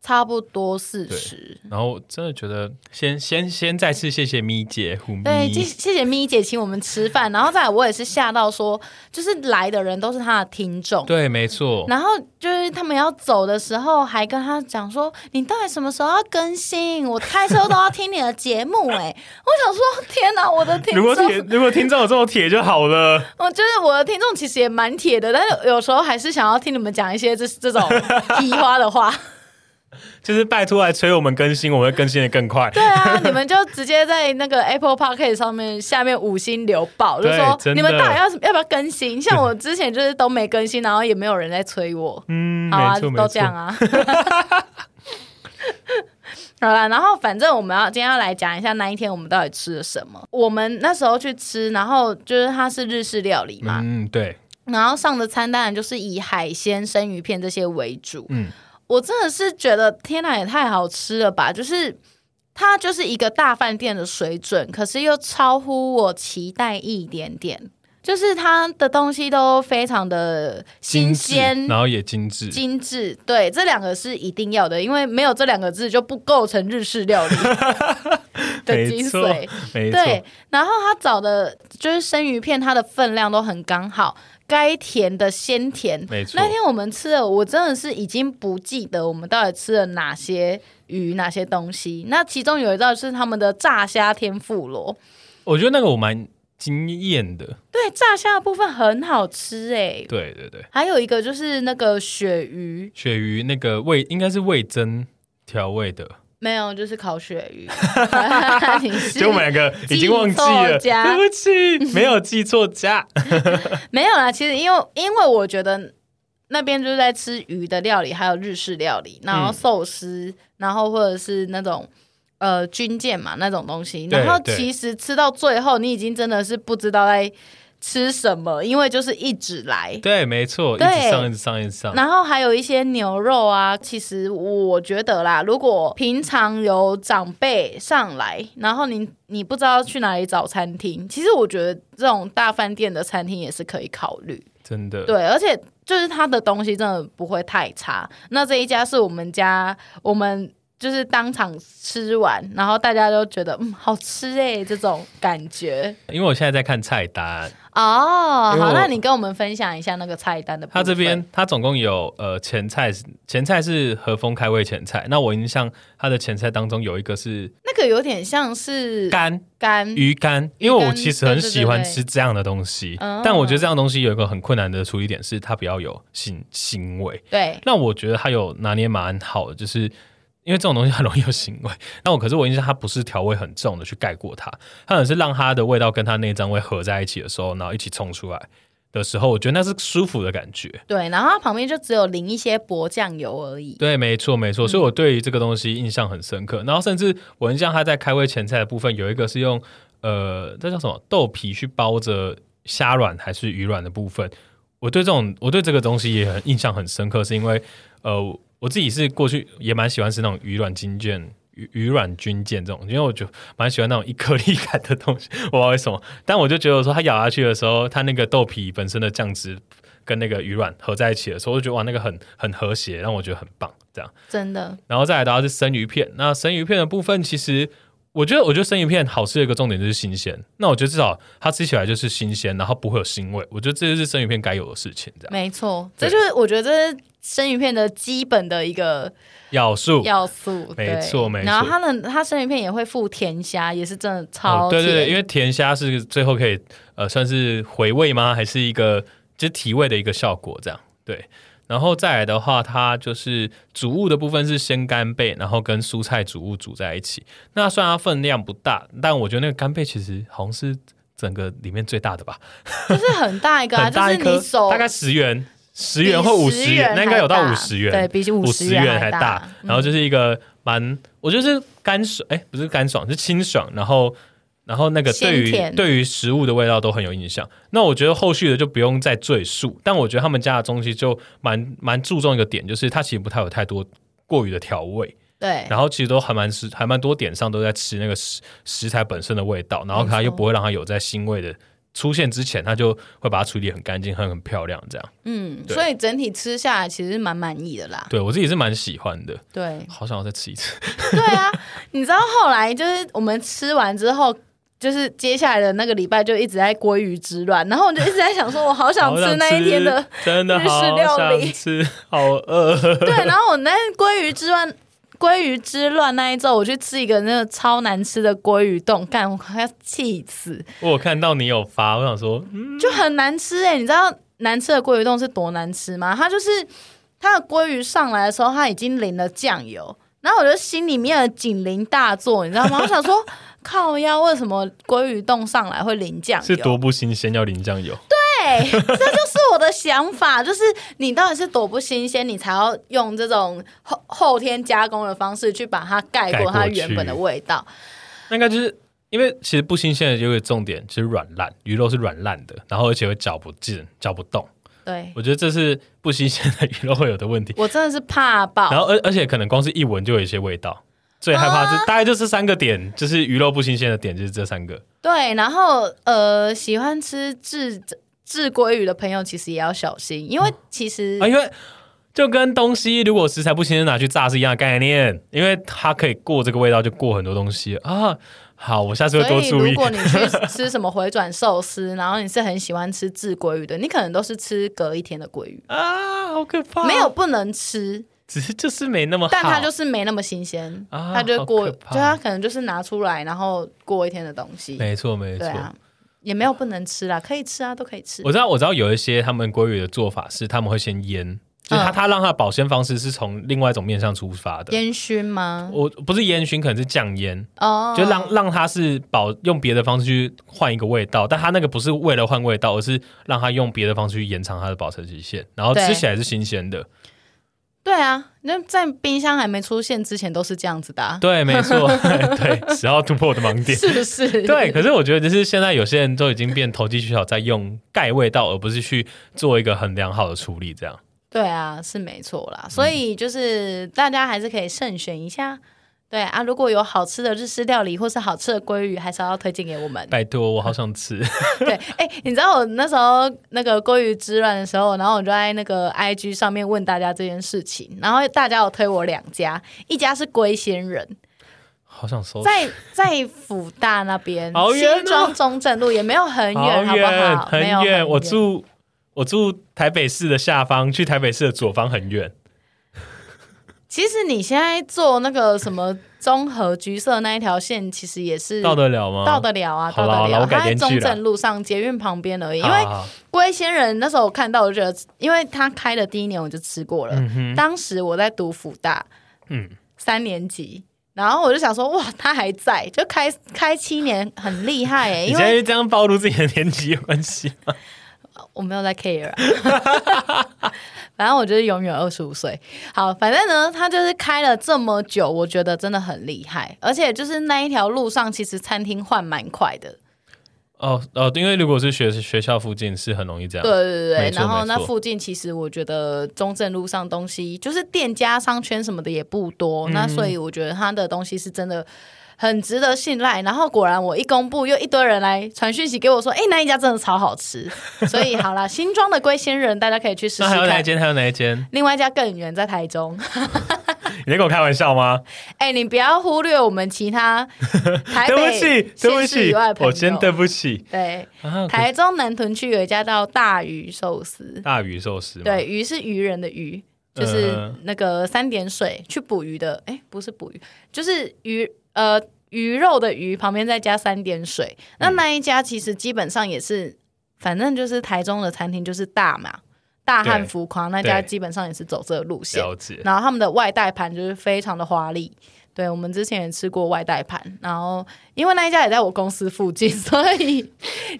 Speaker 1: 差不多四十。
Speaker 2: 然后真的觉得先先先再次谢谢咪姐虎咪，
Speaker 1: 对，谢谢谢咪姐请我们吃饭，然后再来我也是吓到说，就是来的人都是她的听众，
Speaker 2: 对没错，
Speaker 1: 然后就是他们要走的时候，还跟他讲说：“你到底什么时候要更新？我开车都要听你的节目。”哎，我想说，天哪，我的听
Speaker 2: 如
Speaker 1: 众
Speaker 2: 果，铁如果听众有这么铁就好了，
Speaker 1: 我哦就是我的听众其实也蛮铁的，但是有时候还是想要听你们讲一些这这
Speaker 2: *laughs*
Speaker 1: 种提花的话。
Speaker 2: 就是拜托来催我们更新，我们会更新的更快。
Speaker 1: 对啊，你们就直接在那个 Apple Podcast 上面下面五星留爆，就
Speaker 2: 对
Speaker 1: 说
Speaker 2: 真
Speaker 1: 你
Speaker 2: 的
Speaker 1: 们到底要要不要更新？像
Speaker 2: *laughs*
Speaker 1: 我之前就是都没更新，然后也没有人在催我。
Speaker 2: 嗯，
Speaker 1: 好啊，
Speaker 2: 没错
Speaker 1: 都
Speaker 2: 没
Speaker 1: 这样
Speaker 2: 错。
Speaker 1: 啊。 *laughs* 好啦，然后反正我们要今天要来讲一下那一天我们到底吃了什么。我们那时候去吃，然后就是它是日式料理嘛，
Speaker 2: 嗯，对，
Speaker 1: 然后上的餐当然就是以海鲜、生鱼片这些为主。
Speaker 2: 嗯
Speaker 1: 我真的是觉得天哪，也太好吃了吧！就是它就是一个大饭店的水准，可是又超乎我期待一点点。就是它的东西都非常的新
Speaker 2: 精致
Speaker 1: 鲜，
Speaker 2: 然后也精致，
Speaker 1: 精致，对，这两个是一定要的，因为没有这两个字就不构成日式料
Speaker 2: *laughs*
Speaker 1: 理的
Speaker 2: 没
Speaker 1: 精
Speaker 2: 错
Speaker 1: 髓。
Speaker 2: 没错，
Speaker 1: 对，然后他找的就是生鱼片，它的分量都很刚好，该甜的鲜甜。
Speaker 2: 没错
Speaker 1: 那天我们吃了，我真的是已经不记得我们到底吃了哪些鱼、哪些东西。那其中有一道是他们的炸虾天妇罗，
Speaker 2: 我觉得那个我蛮惊艳的，
Speaker 1: 对，炸虾的部分很好吃诶、
Speaker 2: 对对对，
Speaker 1: 还有一个就是那个鳕鱼，
Speaker 2: 鳕鱼那个味应该是味增调味的，
Speaker 1: 没有，就是烤鳕鱼。 *laughs* 你是
Speaker 2: *laughs* 就我们两个已经忘记
Speaker 1: *laughs* 记错
Speaker 2: 了，
Speaker 1: 家
Speaker 2: 对不 *laughs* 起，没有记错家。
Speaker 1: 没有啦。其实因为因为我觉得那边就是在吃鱼的料理，还有日式料理，然后寿司，然后或者是那种呃军舰嘛那种东西。
Speaker 2: 对
Speaker 1: 然后
Speaker 2: 对
Speaker 1: 其实吃到最后，你已经真的是不知道在吃什么，因为就是一直来。
Speaker 2: *laughs* 对，没错，一直
Speaker 1: 对
Speaker 2: 上，一直上，一直上。
Speaker 1: 然后还有一些牛肉啊，其实我觉得啦，如果平常有长辈上来，然后你你不知道去哪里找餐厅，其实我觉得这种大饭店的餐厅也是可以考虑。
Speaker 2: 真的，
Speaker 1: 对，而且就是它的东西真的不会太差。那这一家是我们家，我们就是当场吃完，然后大家都觉得嗯好吃哎、这种感觉。
Speaker 2: 因为我现在在看菜单，
Speaker 1: 哦，
Speaker 2: 因为
Speaker 1: 好，
Speaker 2: 我
Speaker 1: 那你跟我们分享一下那个菜单的部
Speaker 2: 它
Speaker 1: 分。
Speaker 2: 这边它总共有呃前菜是，前菜是和风开胃前菜。那我印象它的前菜当中有一个是
Speaker 1: 那个有点像是
Speaker 2: 干
Speaker 1: 嗯干
Speaker 2: 鱼干，因为我其实很喜欢
Speaker 1: 对对对
Speaker 2: 吃这样的东西
Speaker 1: 嗯，
Speaker 2: 但我觉得这样的东西有一个很困难的处理点是它不要有腥腥味。
Speaker 1: 对，
Speaker 2: 那我觉得它有拿捏蛮好的，就是因为这种东西很容易有腥味。 *laughs* 那我可是我印象它不是调味很重的去盖过它，它可能是让它的味道跟它内脏味合在一起的时候，然后一起冲出来的时候，我觉得那是舒服的感觉。
Speaker 1: 对，然后它旁边就只有淋一些薄酱油而已。
Speaker 2: 对，没错，没错。所以我对于这个东西印象很深刻。然后甚至我印象它在开胃前菜的部分有一个是用呃，这叫什么豆皮去包着虾卵还是鱼卵的部分。我对这种我对这个东西也很印象很深刻，是因为呃，我自己是过去也蛮喜欢吃那种鱼卵金卷。鱼鱼卵军舰这种，因为我就蛮喜欢那种一颗粒感的东西， *laughs* 我不知道为什么，但我就觉得说它咬下去的时候，它那个豆皮本身的酱汁跟那个鱼卵合在一起的时候，我就觉得哇，那个很很和谐，让我觉得很棒。这样，
Speaker 1: 真的，
Speaker 2: 然后再来的话是生鱼片。那生鱼片的部分，其实我觉得，我觉得生鱼片好吃的一个重点就是新鲜。那我觉得至少它吃起来就是新鲜，然后不会有腥味。我觉得这就是生鱼片该有的事情。这样，
Speaker 1: 没错，这
Speaker 2: 对
Speaker 1: 就是我觉得这是生鱼片的基本的一个
Speaker 2: 要素
Speaker 1: 要素。
Speaker 2: 没
Speaker 1: 对
Speaker 2: 错没
Speaker 1: 然后
Speaker 2: 错
Speaker 1: 它的它生鱼片也会附甜虾，也是真的超
Speaker 2: 哦
Speaker 1: 甜。
Speaker 2: 对对对，因为甜虾是最后可以呃算是回味吗？还是一个就是提味的一个效果这样？对。然后再来的话，它就是主物的部分是鲜干贝，然后跟蔬菜主物煮在一起。那虽然它分量不大，但我觉得那个干贝其实好像是整个里面最大的吧，
Speaker 1: 就是很大一个、啊，
Speaker 2: 很大一
Speaker 1: 就是
Speaker 2: 颗
Speaker 1: 你手，
Speaker 2: 大概十元、十
Speaker 1: 比
Speaker 2: 元或五十
Speaker 1: 10
Speaker 2: 元，那应该有到
Speaker 1: 还
Speaker 2: 五
Speaker 1: 大
Speaker 2: 十元，
Speaker 1: 对比起
Speaker 2: 五
Speaker 1: 五
Speaker 2: 十
Speaker 1: 元嗯
Speaker 2: 元还大，然后就是一个蛮，我觉得是干爽，哎、不是干爽，是清爽，然后然后那个对
Speaker 1: 鲜
Speaker 2: 于
Speaker 1: 甜
Speaker 2: 对于食物的味道都很有印象。那我觉得后续的就不用再赘述，但我觉得他们家的东西就蛮蛮注重一个点，就是它其实不太有太多过于的调味，
Speaker 1: 对
Speaker 2: 然后其实都还蛮食还蛮多点上都在吃那个食食材本身的味道，然后
Speaker 1: 没
Speaker 2: 它
Speaker 1: 错
Speaker 2: 又不会让它有在腥味的。出现之前，它就会把它处理得很干净，很很漂亮，这样。
Speaker 1: 嗯，
Speaker 2: 对
Speaker 1: 所以整体吃下来其实蛮满意的啦。
Speaker 2: 对我自己是蛮喜欢的，
Speaker 1: 对
Speaker 2: 好想要再吃一次。
Speaker 1: 对啊，你知道后来就是我们吃完之后。就是接下来的那个礼拜就一直在鲑鱼之乱，然后我就一直在想说，我好想吃那一天的，
Speaker 2: 真的
Speaker 1: 日式
Speaker 2: 好
Speaker 1: 料理
Speaker 2: 想吃，好 *laughs* 饿。
Speaker 1: 对，然后我那鲑鱼之乱，鲑鱼之乱那一周，我去吃一个那个超难吃的鲑鱼冻，干我快要气死，
Speaker 2: 我有看到你有发，我想说，嗯
Speaker 1: 就很难吃哎、你知道难吃的鲑鱼冻是多难吃吗？它就是它的鲑鱼上来的时候，它已经淋了酱油，然后我就心里面的警铃大作，你知道吗？我想说， *laughs* 靠呀，为什么鲑鱼冻上来会淋酱
Speaker 2: 是
Speaker 1: 油？
Speaker 2: 多不新鲜，要淋酱油。
Speaker 1: 对，哎这就是我的想法，就是你到底是多不新鲜，你才要用这种后后天加工的方式去把它盖
Speaker 2: 盖过
Speaker 1: 过它原本的
Speaker 2: 去
Speaker 1: 味道。
Speaker 2: 那应该就是因为其实不新鲜的有一个重点，其实软烂，鱼肉是软烂的，然后而且会搅不进、搅不动。
Speaker 1: 对
Speaker 2: 我觉得这是不新鲜的鱼肉会有的问题。
Speaker 1: 我真的是怕
Speaker 2: 然
Speaker 1: 爆，
Speaker 2: 后而而且可能光是一闻就有一些味道。最害怕
Speaker 1: 啊
Speaker 2: 是、大概就是三个点，就是鱼肉不新鲜的点就是这三个。
Speaker 1: 对，然后呃，喜欢吃炙炙鲑鱼的朋友其实也要小心，因为其实、
Speaker 2: 啊，因为就跟东西如果食材不新鲜拿去炸是一样的概念，因为它可以过这个味道，就过很多东西啊。好，我下次会
Speaker 1: 所
Speaker 2: 多
Speaker 1: 以
Speaker 2: 注
Speaker 1: 如
Speaker 2: 意。
Speaker 1: 果你去
Speaker 2: *laughs*
Speaker 1: 吃什么回转寿司，然后你是很喜欢吃炙鲑鱼的，你可能都是吃隔一天的鲑鱼，
Speaker 2: 啊，好可怕！
Speaker 1: 没有，不能吃，
Speaker 2: 只是就是没那么好。
Speaker 1: *laughs* 但它就是没那么新鲜，
Speaker 2: 啊
Speaker 1: 它就过，
Speaker 2: 好可
Speaker 1: 就
Speaker 2: 怕
Speaker 1: 它可能就是拿出来，然后过一天的东西。
Speaker 2: 没错没错。
Speaker 1: 对啊，也没有不能吃啦，可以吃啊，都可以吃。
Speaker 2: 我知道，我知道有一些他们鲑鱼的做法是他们会先腌，就是他
Speaker 1: 嗯
Speaker 2: 他让他的保鲜方式是从另外一种面向出发的。
Speaker 1: 烟熏吗？
Speaker 2: 我不是烟熏，可能是酱烟，
Speaker 1: 哦，
Speaker 2: 就让让它是保用别的方式去换一个味道，但它那个不是为了换味道，而是让它用别的方式去延长它的保存期限，然后
Speaker 1: 对
Speaker 2: 吃起来是新鲜的。
Speaker 1: 对啊，那在冰箱还没出现之前都是这样子的、啊，
Speaker 2: 对，没错，
Speaker 1: *laughs*
Speaker 2: 对，只要突破我的盲点。
Speaker 1: 是不是？
Speaker 2: 对，可是我觉得就是现在有些人都已经变投机取巧，在用盖味道，而不是去做一个很良好的处理。这样，
Speaker 1: 对啊，是没错啦。所以就是大家还是可以慎选一下。对啊，如果有好吃的日式料理或是好吃的鲑鱼，还是要推荐给我们。
Speaker 2: 拜托，我好想吃。 *laughs*
Speaker 1: *laughs* 对，哎、你知道我那时候那个鲑鱼之乱的时候，然后我就在那个 IG 上面问大家这件事情，然后大家有推我两家，一家是龟仙人，
Speaker 2: 好想收拾，
Speaker 1: 在在辅大那边，
Speaker 2: 哦好远哦
Speaker 1: 新庄中正路也没有很远，好
Speaker 2: 好
Speaker 1: 不好？
Speaker 2: 很
Speaker 1: 没有
Speaker 2: 远。我住我住台北市的下方，去台北市的左方很远。
Speaker 1: 其实你现在坐那个什么综合橘色那一条线，其实也是
Speaker 2: 到得了吗？
Speaker 1: 到得了啊，
Speaker 2: 好
Speaker 1: 到
Speaker 2: 啦
Speaker 1: 得
Speaker 2: 好啦
Speaker 1: 了。
Speaker 2: 我改
Speaker 1: 它在
Speaker 2: 天
Speaker 1: 中
Speaker 2: 去啦
Speaker 1: 正路上捷运旁边而已。因
Speaker 2: 好
Speaker 1: 为
Speaker 2: 好好
Speaker 1: 龟仙人那时候我看到，我就觉得，因为他开的第一年我就吃过了，
Speaker 2: 嗯哼
Speaker 1: 当时我在读福大
Speaker 2: 嗯，
Speaker 1: 三年级。然后我就想说，哇，他还在，就开开七年，很厉害哎、
Speaker 2: 你
Speaker 1: 因
Speaker 2: 现
Speaker 1: 为
Speaker 2: 在就这样暴露自己的年纪有关系吗？
Speaker 1: 我没有在 care，、啊、 *laughs* 反正我就是永远二十五岁。好，反正呢，他就是开了这么久，我觉得真的很厉害。而且就是那一条路上，其实餐厅换蛮快的，
Speaker 2: 哦哦，因为如果是学学校附近，是很容易这样。
Speaker 1: 对对对对。
Speaker 2: 没错
Speaker 1: 然后
Speaker 2: 没错
Speaker 1: 那附近其实我觉得中正路上东西，就是店家商圈什么的也不
Speaker 2: 嗯
Speaker 1: 多，那所以我觉得他的东西是真的。很值得信赖，然后果然我一公布，又一堆人来传讯息给我说，哎、那一家真的超好吃，
Speaker 2: *laughs*
Speaker 1: 所以好啦，新庄的龟仙人大家可以去试
Speaker 2: 那
Speaker 1: 试
Speaker 2: 还有哪
Speaker 1: 看
Speaker 2: 一。间？还有哪一间？
Speaker 1: 另外一家更远，在台中。
Speaker 2: 你在跟我开玩笑吗？
Speaker 1: 哎、你不要忽略我们其他
Speaker 2: *laughs*
Speaker 1: 台
Speaker 2: 对不
Speaker 1: 北
Speaker 2: 起，对不
Speaker 1: 县市以外的
Speaker 2: 起，
Speaker 1: 朋友。
Speaker 2: 我先对不起
Speaker 1: 对
Speaker 2: *laughs* 啊！可
Speaker 1: 台中南屯区有一家叫大鱼寿司，
Speaker 2: 大鱼寿司吗，
Speaker 1: 对，鱼是渔人的鱼，就是
Speaker 2: 嗯
Speaker 1: 那个三点水去捕鱼的。哎、不是捕鱼，就是鱼呃鱼肉的鱼，旁边再加三点水。
Speaker 2: 嗯
Speaker 1: 那那一家其实基本上也是，反正就是台中的餐厅就是大嘛，大汉
Speaker 2: 对
Speaker 1: 浮夸那家
Speaker 2: 对
Speaker 1: 基本上也是走这个路线。
Speaker 2: 了解。
Speaker 1: 然后他们的外带盘就是非常的华丽。对，我们之前也吃过外带盘，然后因为那一家也在我公司附近， *laughs* 所以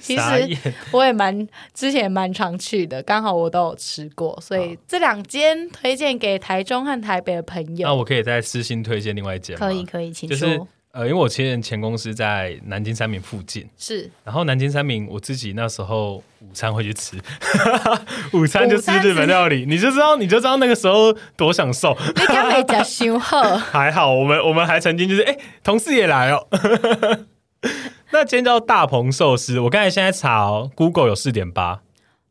Speaker 1: 其
Speaker 2: 傻
Speaker 1: 实
Speaker 2: 眼
Speaker 1: *laughs* 我也蛮之前也蛮常去的，刚好我都有吃过，所以这两间推荐给台中和台北的朋
Speaker 2: 那
Speaker 1: 友。
Speaker 2: 我可以再私信推荐另外一间吗
Speaker 1: 可以，，可以，请
Speaker 2: 就
Speaker 1: 说。
Speaker 2: 是呃，因为我前前公司在南京三明附近，
Speaker 1: 是
Speaker 2: 然后南京三明我自己那时候午餐会去吃， *laughs* 午餐就
Speaker 1: 午
Speaker 2: 吃
Speaker 1: 餐
Speaker 2: 日本料理，你就知道你就知道那个时候多享受。
Speaker 1: 你刚没讲修后，
Speaker 2: 还好，我们我们还曾经就是哎、诶同事也来哦。 *laughs* 那今天叫大鹏寿司，我刚才现在查哦，Google 有四点八，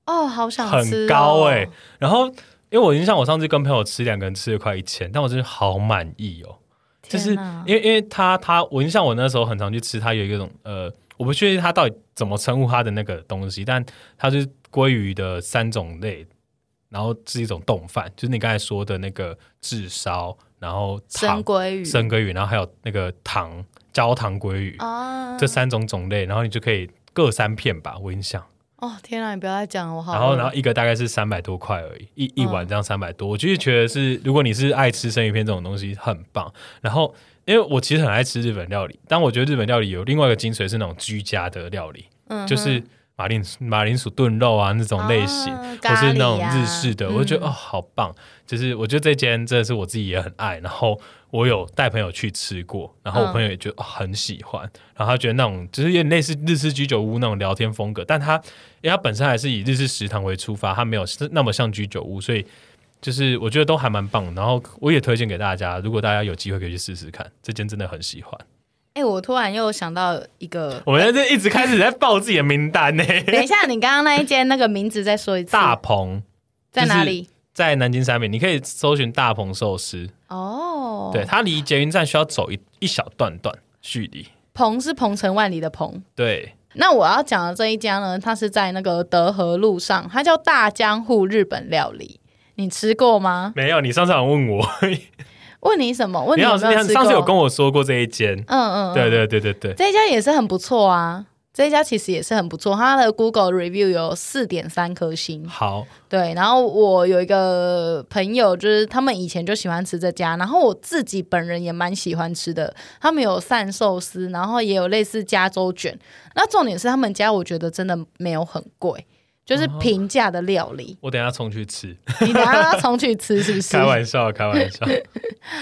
Speaker 1: 哦，好想吃、
Speaker 2: *laughs* 很高哎、然后因为我印象，我上次跟朋友吃，两个人吃了快一千，但我真的好满意哦。就
Speaker 1: 天
Speaker 2: 是
Speaker 1: 哪
Speaker 2: 因为因为他他，我印象我那时候很常去吃，他有一种呃，我不确定他到底怎么称呼他的那个东西，但它就是鲑鱼的三种类，然后是一种冻饭，就是你刚才说的那个炙烧，然后
Speaker 1: 生
Speaker 2: 糖
Speaker 1: 鲑鱼
Speaker 2: 生鲑鱼，然后还有那个糖焦糖鲑鱼，
Speaker 1: 啊
Speaker 2: 这！三种种类，然后你就可以各三片吧，我印象。
Speaker 1: 哦，天哪，你不要再讲了，我好饿。
Speaker 2: 然后，然后一个大概是三百多块而已，
Speaker 1: 哦
Speaker 2: 一一碗这样三百多，我就是觉得是，如果你是爱吃生鱼片这种东西，很棒。然后，因为我其实很爱吃日本料理，但我觉得日本料理有另外一个精髓是那种居家的料理，
Speaker 1: 嗯哼
Speaker 2: 就是马铃马铃薯炖肉啊那种类型，
Speaker 1: 啊
Speaker 2: 或是那种
Speaker 1: 咖喱啊
Speaker 2: 日式的，我就觉得、哦好棒。就是我觉得这间真的是我自己也很爱，然后我有带朋友去吃过，然后我
Speaker 1: 嗯
Speaker 2: 朋友也觉得、哦很喜欢，然后他觉得那种就是有点类似日式居酒屋那种聊天风格，但他因为它本身还是以日式食堂为出发，它没有那么像居酒屋，所以就是我觉得都还蛮棒。然后我也推荐给大家，如果大家有机会可以去试试看，这间真的很喜欢。
Speaker 1: 哎、我突然又想到一
Speaker 2: *laughs*
Speaker 1: 个，
Speaker 2: 我们在这一直开始在报自己的名单呢、
Speaker 1: 等一下，你刚刚那一间那个名字再说一次，
Speaker 2: 大鹏
Speaker 1: 在哪里？
Speaker 2: 在南京三明，你可以搜寻大鹏寿司，
Speaker 1: 哦，
Speaker 2: 对，，它离捷运站需要走一一小段段距离。
Speaker 1: 鹏是鹏程万里的鹏。
Speaker 2: 对，
Speaker 1: 那我要讲的这一家呢，它是在那个德和路上，它叫大江户日本料理。你吃过吗？
Speaker 2: 没有，你上次好像问
Speaker 1: *laughs*
Speaker 2: 我，
Speaker 1: 问你什么？问
Speaker 2: 你
Speaker 1: 有
Speaker 2: 好
Speaker 1: 没有
Speaker 2: 像
Speaker 1: 吃过？
Speaker 2: 上次有跟我说过这一间，
Speaker 1: 嗯嗯，嗯
Speaker 2: 对，对对对对，
Speaker 1: 这一家也是很不错啊。这一家其实也是很不错，它的 Google review 有四点三颗星。
Speaker 2: 好，
Speaker 1: 对，然后我有一个朋友，就是他们以前就喜欢吃这家，然后我自己本人也蛮喜欢吃的。他们有散寿司，然后也有类似加州卷。那重点是他们家，我觉得真的没有很贵，就是
Speaker 2: 哦
Speaker 1: 平价的料理。
Speaker 2: 我等一下冲去吃，
Speaker 1: 你等一下要冲去吃是不是
Speaker 2: *laughs* 开？玩笑，开玩
Speaker 1: *laughs*
Speaker 2: 笑。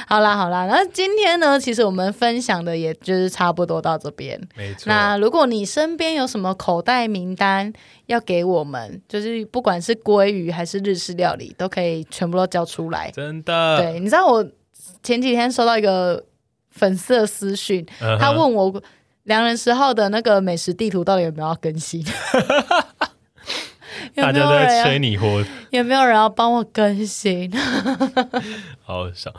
Speaker 1: 好啦好啦，那今天呢，其实我们分享的也就是差不多到这边。
Speaker 2: 没错，
Speaker 1: 那如果你身边有什么口袋名单要给我们，就是不管是鲑鱼还是日式料理，都可以全部都交出来。
Speaker 2: 真的，
Speaker 1: 对，你知道我前几天收到一个粉丝的私讯，
Speaker 2: 嗯哼
Speaker 1: 他问我良人十号的那个美食地图到底有没有要更
Speaker 2: *laughs*
Speaker 1: 新，有
Speaker 2: 大
Speaker 1: 没有
Speaker 2: 家都
Speaker 1: 人啊
Speaker 2: 在
Speaker 1: 要
Speaker 2: 催你活，
Speaker 1: 有没有人要帮我更新？
Speaker 2: 好笑。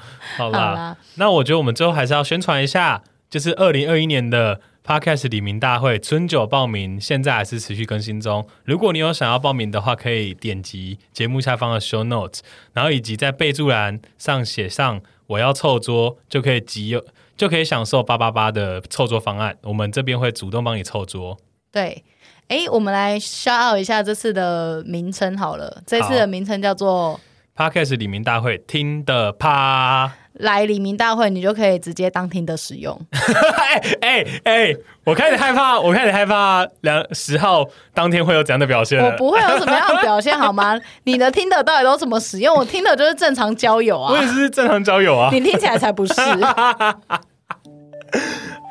Speaker 1: 好
Speaker 2: 好啦，
Speaker 1: 啦，
Speaker 2: 那我觉得我们最后还是要宣传一下，就是二零二一年的 Podcast 李明大会春酒报名，现在还是持续更新中。如果你有想要报名的话，可以点击节目下方的 Show Notes，然后以及在备注栏上写上“我要凑桌”，就可以集邮就可以享受八八八的凑桌方案。我们这边会主动帮你凑桌。
Speaker 1: 对。哎，我们来 shout out 一下这次的名称好了。这次的名称叫做
Speaker 2: Podcast 李明大会听的趴，
Speaker 1: “来黎明大会”，你就可以直接当听的使用。
Speaker 2: *laughs* 哎哎哎，我开始害怕，我开始害怕两十号当天会有怎样的表现了
Speaker 1: 我不会有什么样的表现好
Speaker 2: *laughs*
Speaker 1: 吗？你的听的到底都怎么使用？我听的就是正常交友
Speaker 2: 我
Speaker 1: 啊，
Speaker 2: 也是正常交友啊。
Speaker 1: 你听起来才
Speaker 2: *laughs*
Speaker 1: 不是。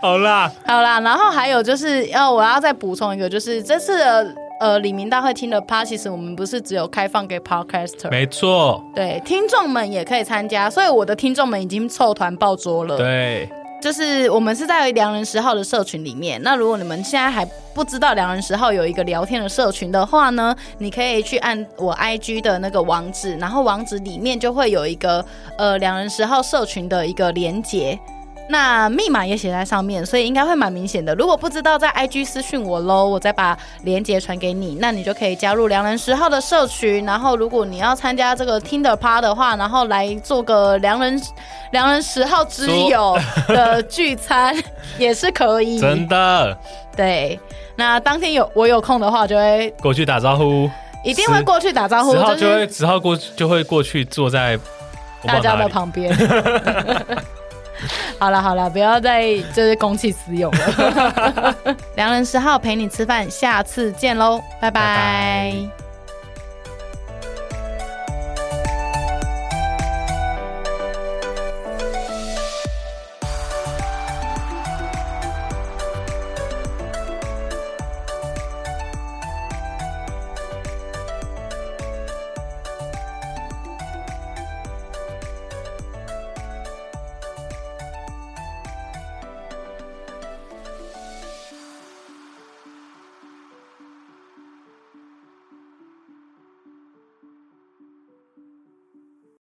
Speaker 2: 好啦，
Speaker 1: 好啦，然后还有就是，要我要再补充一个，就是这次的呃李明大会听的趴，其实我们不是只有开放给 podcaster，
Speaker 2: 没错，
Speaker 1: 对，听众们也可以参加，所以我的听众们已经凑团报桌了。
Speaker 2: 对，
Speaker 1: 就是我们是在良人十号的社群里面。那如果你们现在还不知道良人十号有一个聊天的社群的话呢，你可以去按我 IG 的那个网址，然后网址里面就会有一个呃良人十号社群的一个连接。那密码也写在上面，所以应该会蛮明显的。如果不知道，在 IG 私讯我喽，我再把链接传给你，那你就可以加入良人十号的社群。然后，如果你要参加这个 Tinder 趴的话，然后来做个良人良人十号之友的聚
Speaker 2: *laughs*
Speaker 1: 餐也是可以。
Speaker 2: 真的
Speaker 1: 对，那当天有我有空的话，就会
Speaker 2: 过去打招呼，
Speaker 1: 一定会过去打招呼，
Speaker 2: 十号
Speaker 1: 就
Speaker 2: 就是会十号过就会过去坐在我
Speaker 1: 大
Speaker 2: 不知
Speaker 1: 家
Speaker 2: 道哪
Speaker 1: 的
Speaker 2: 里
Speaker 1: 旁边。 *laughs* 好了好了，不要再就是公器私用
Speaker 2: *laughs*
Speaker 1: 了。良人十号陪你吃饭，下次见喽，拜
Speaker 2: 拜
Speaker 1: 拜
Speaker 2: 拜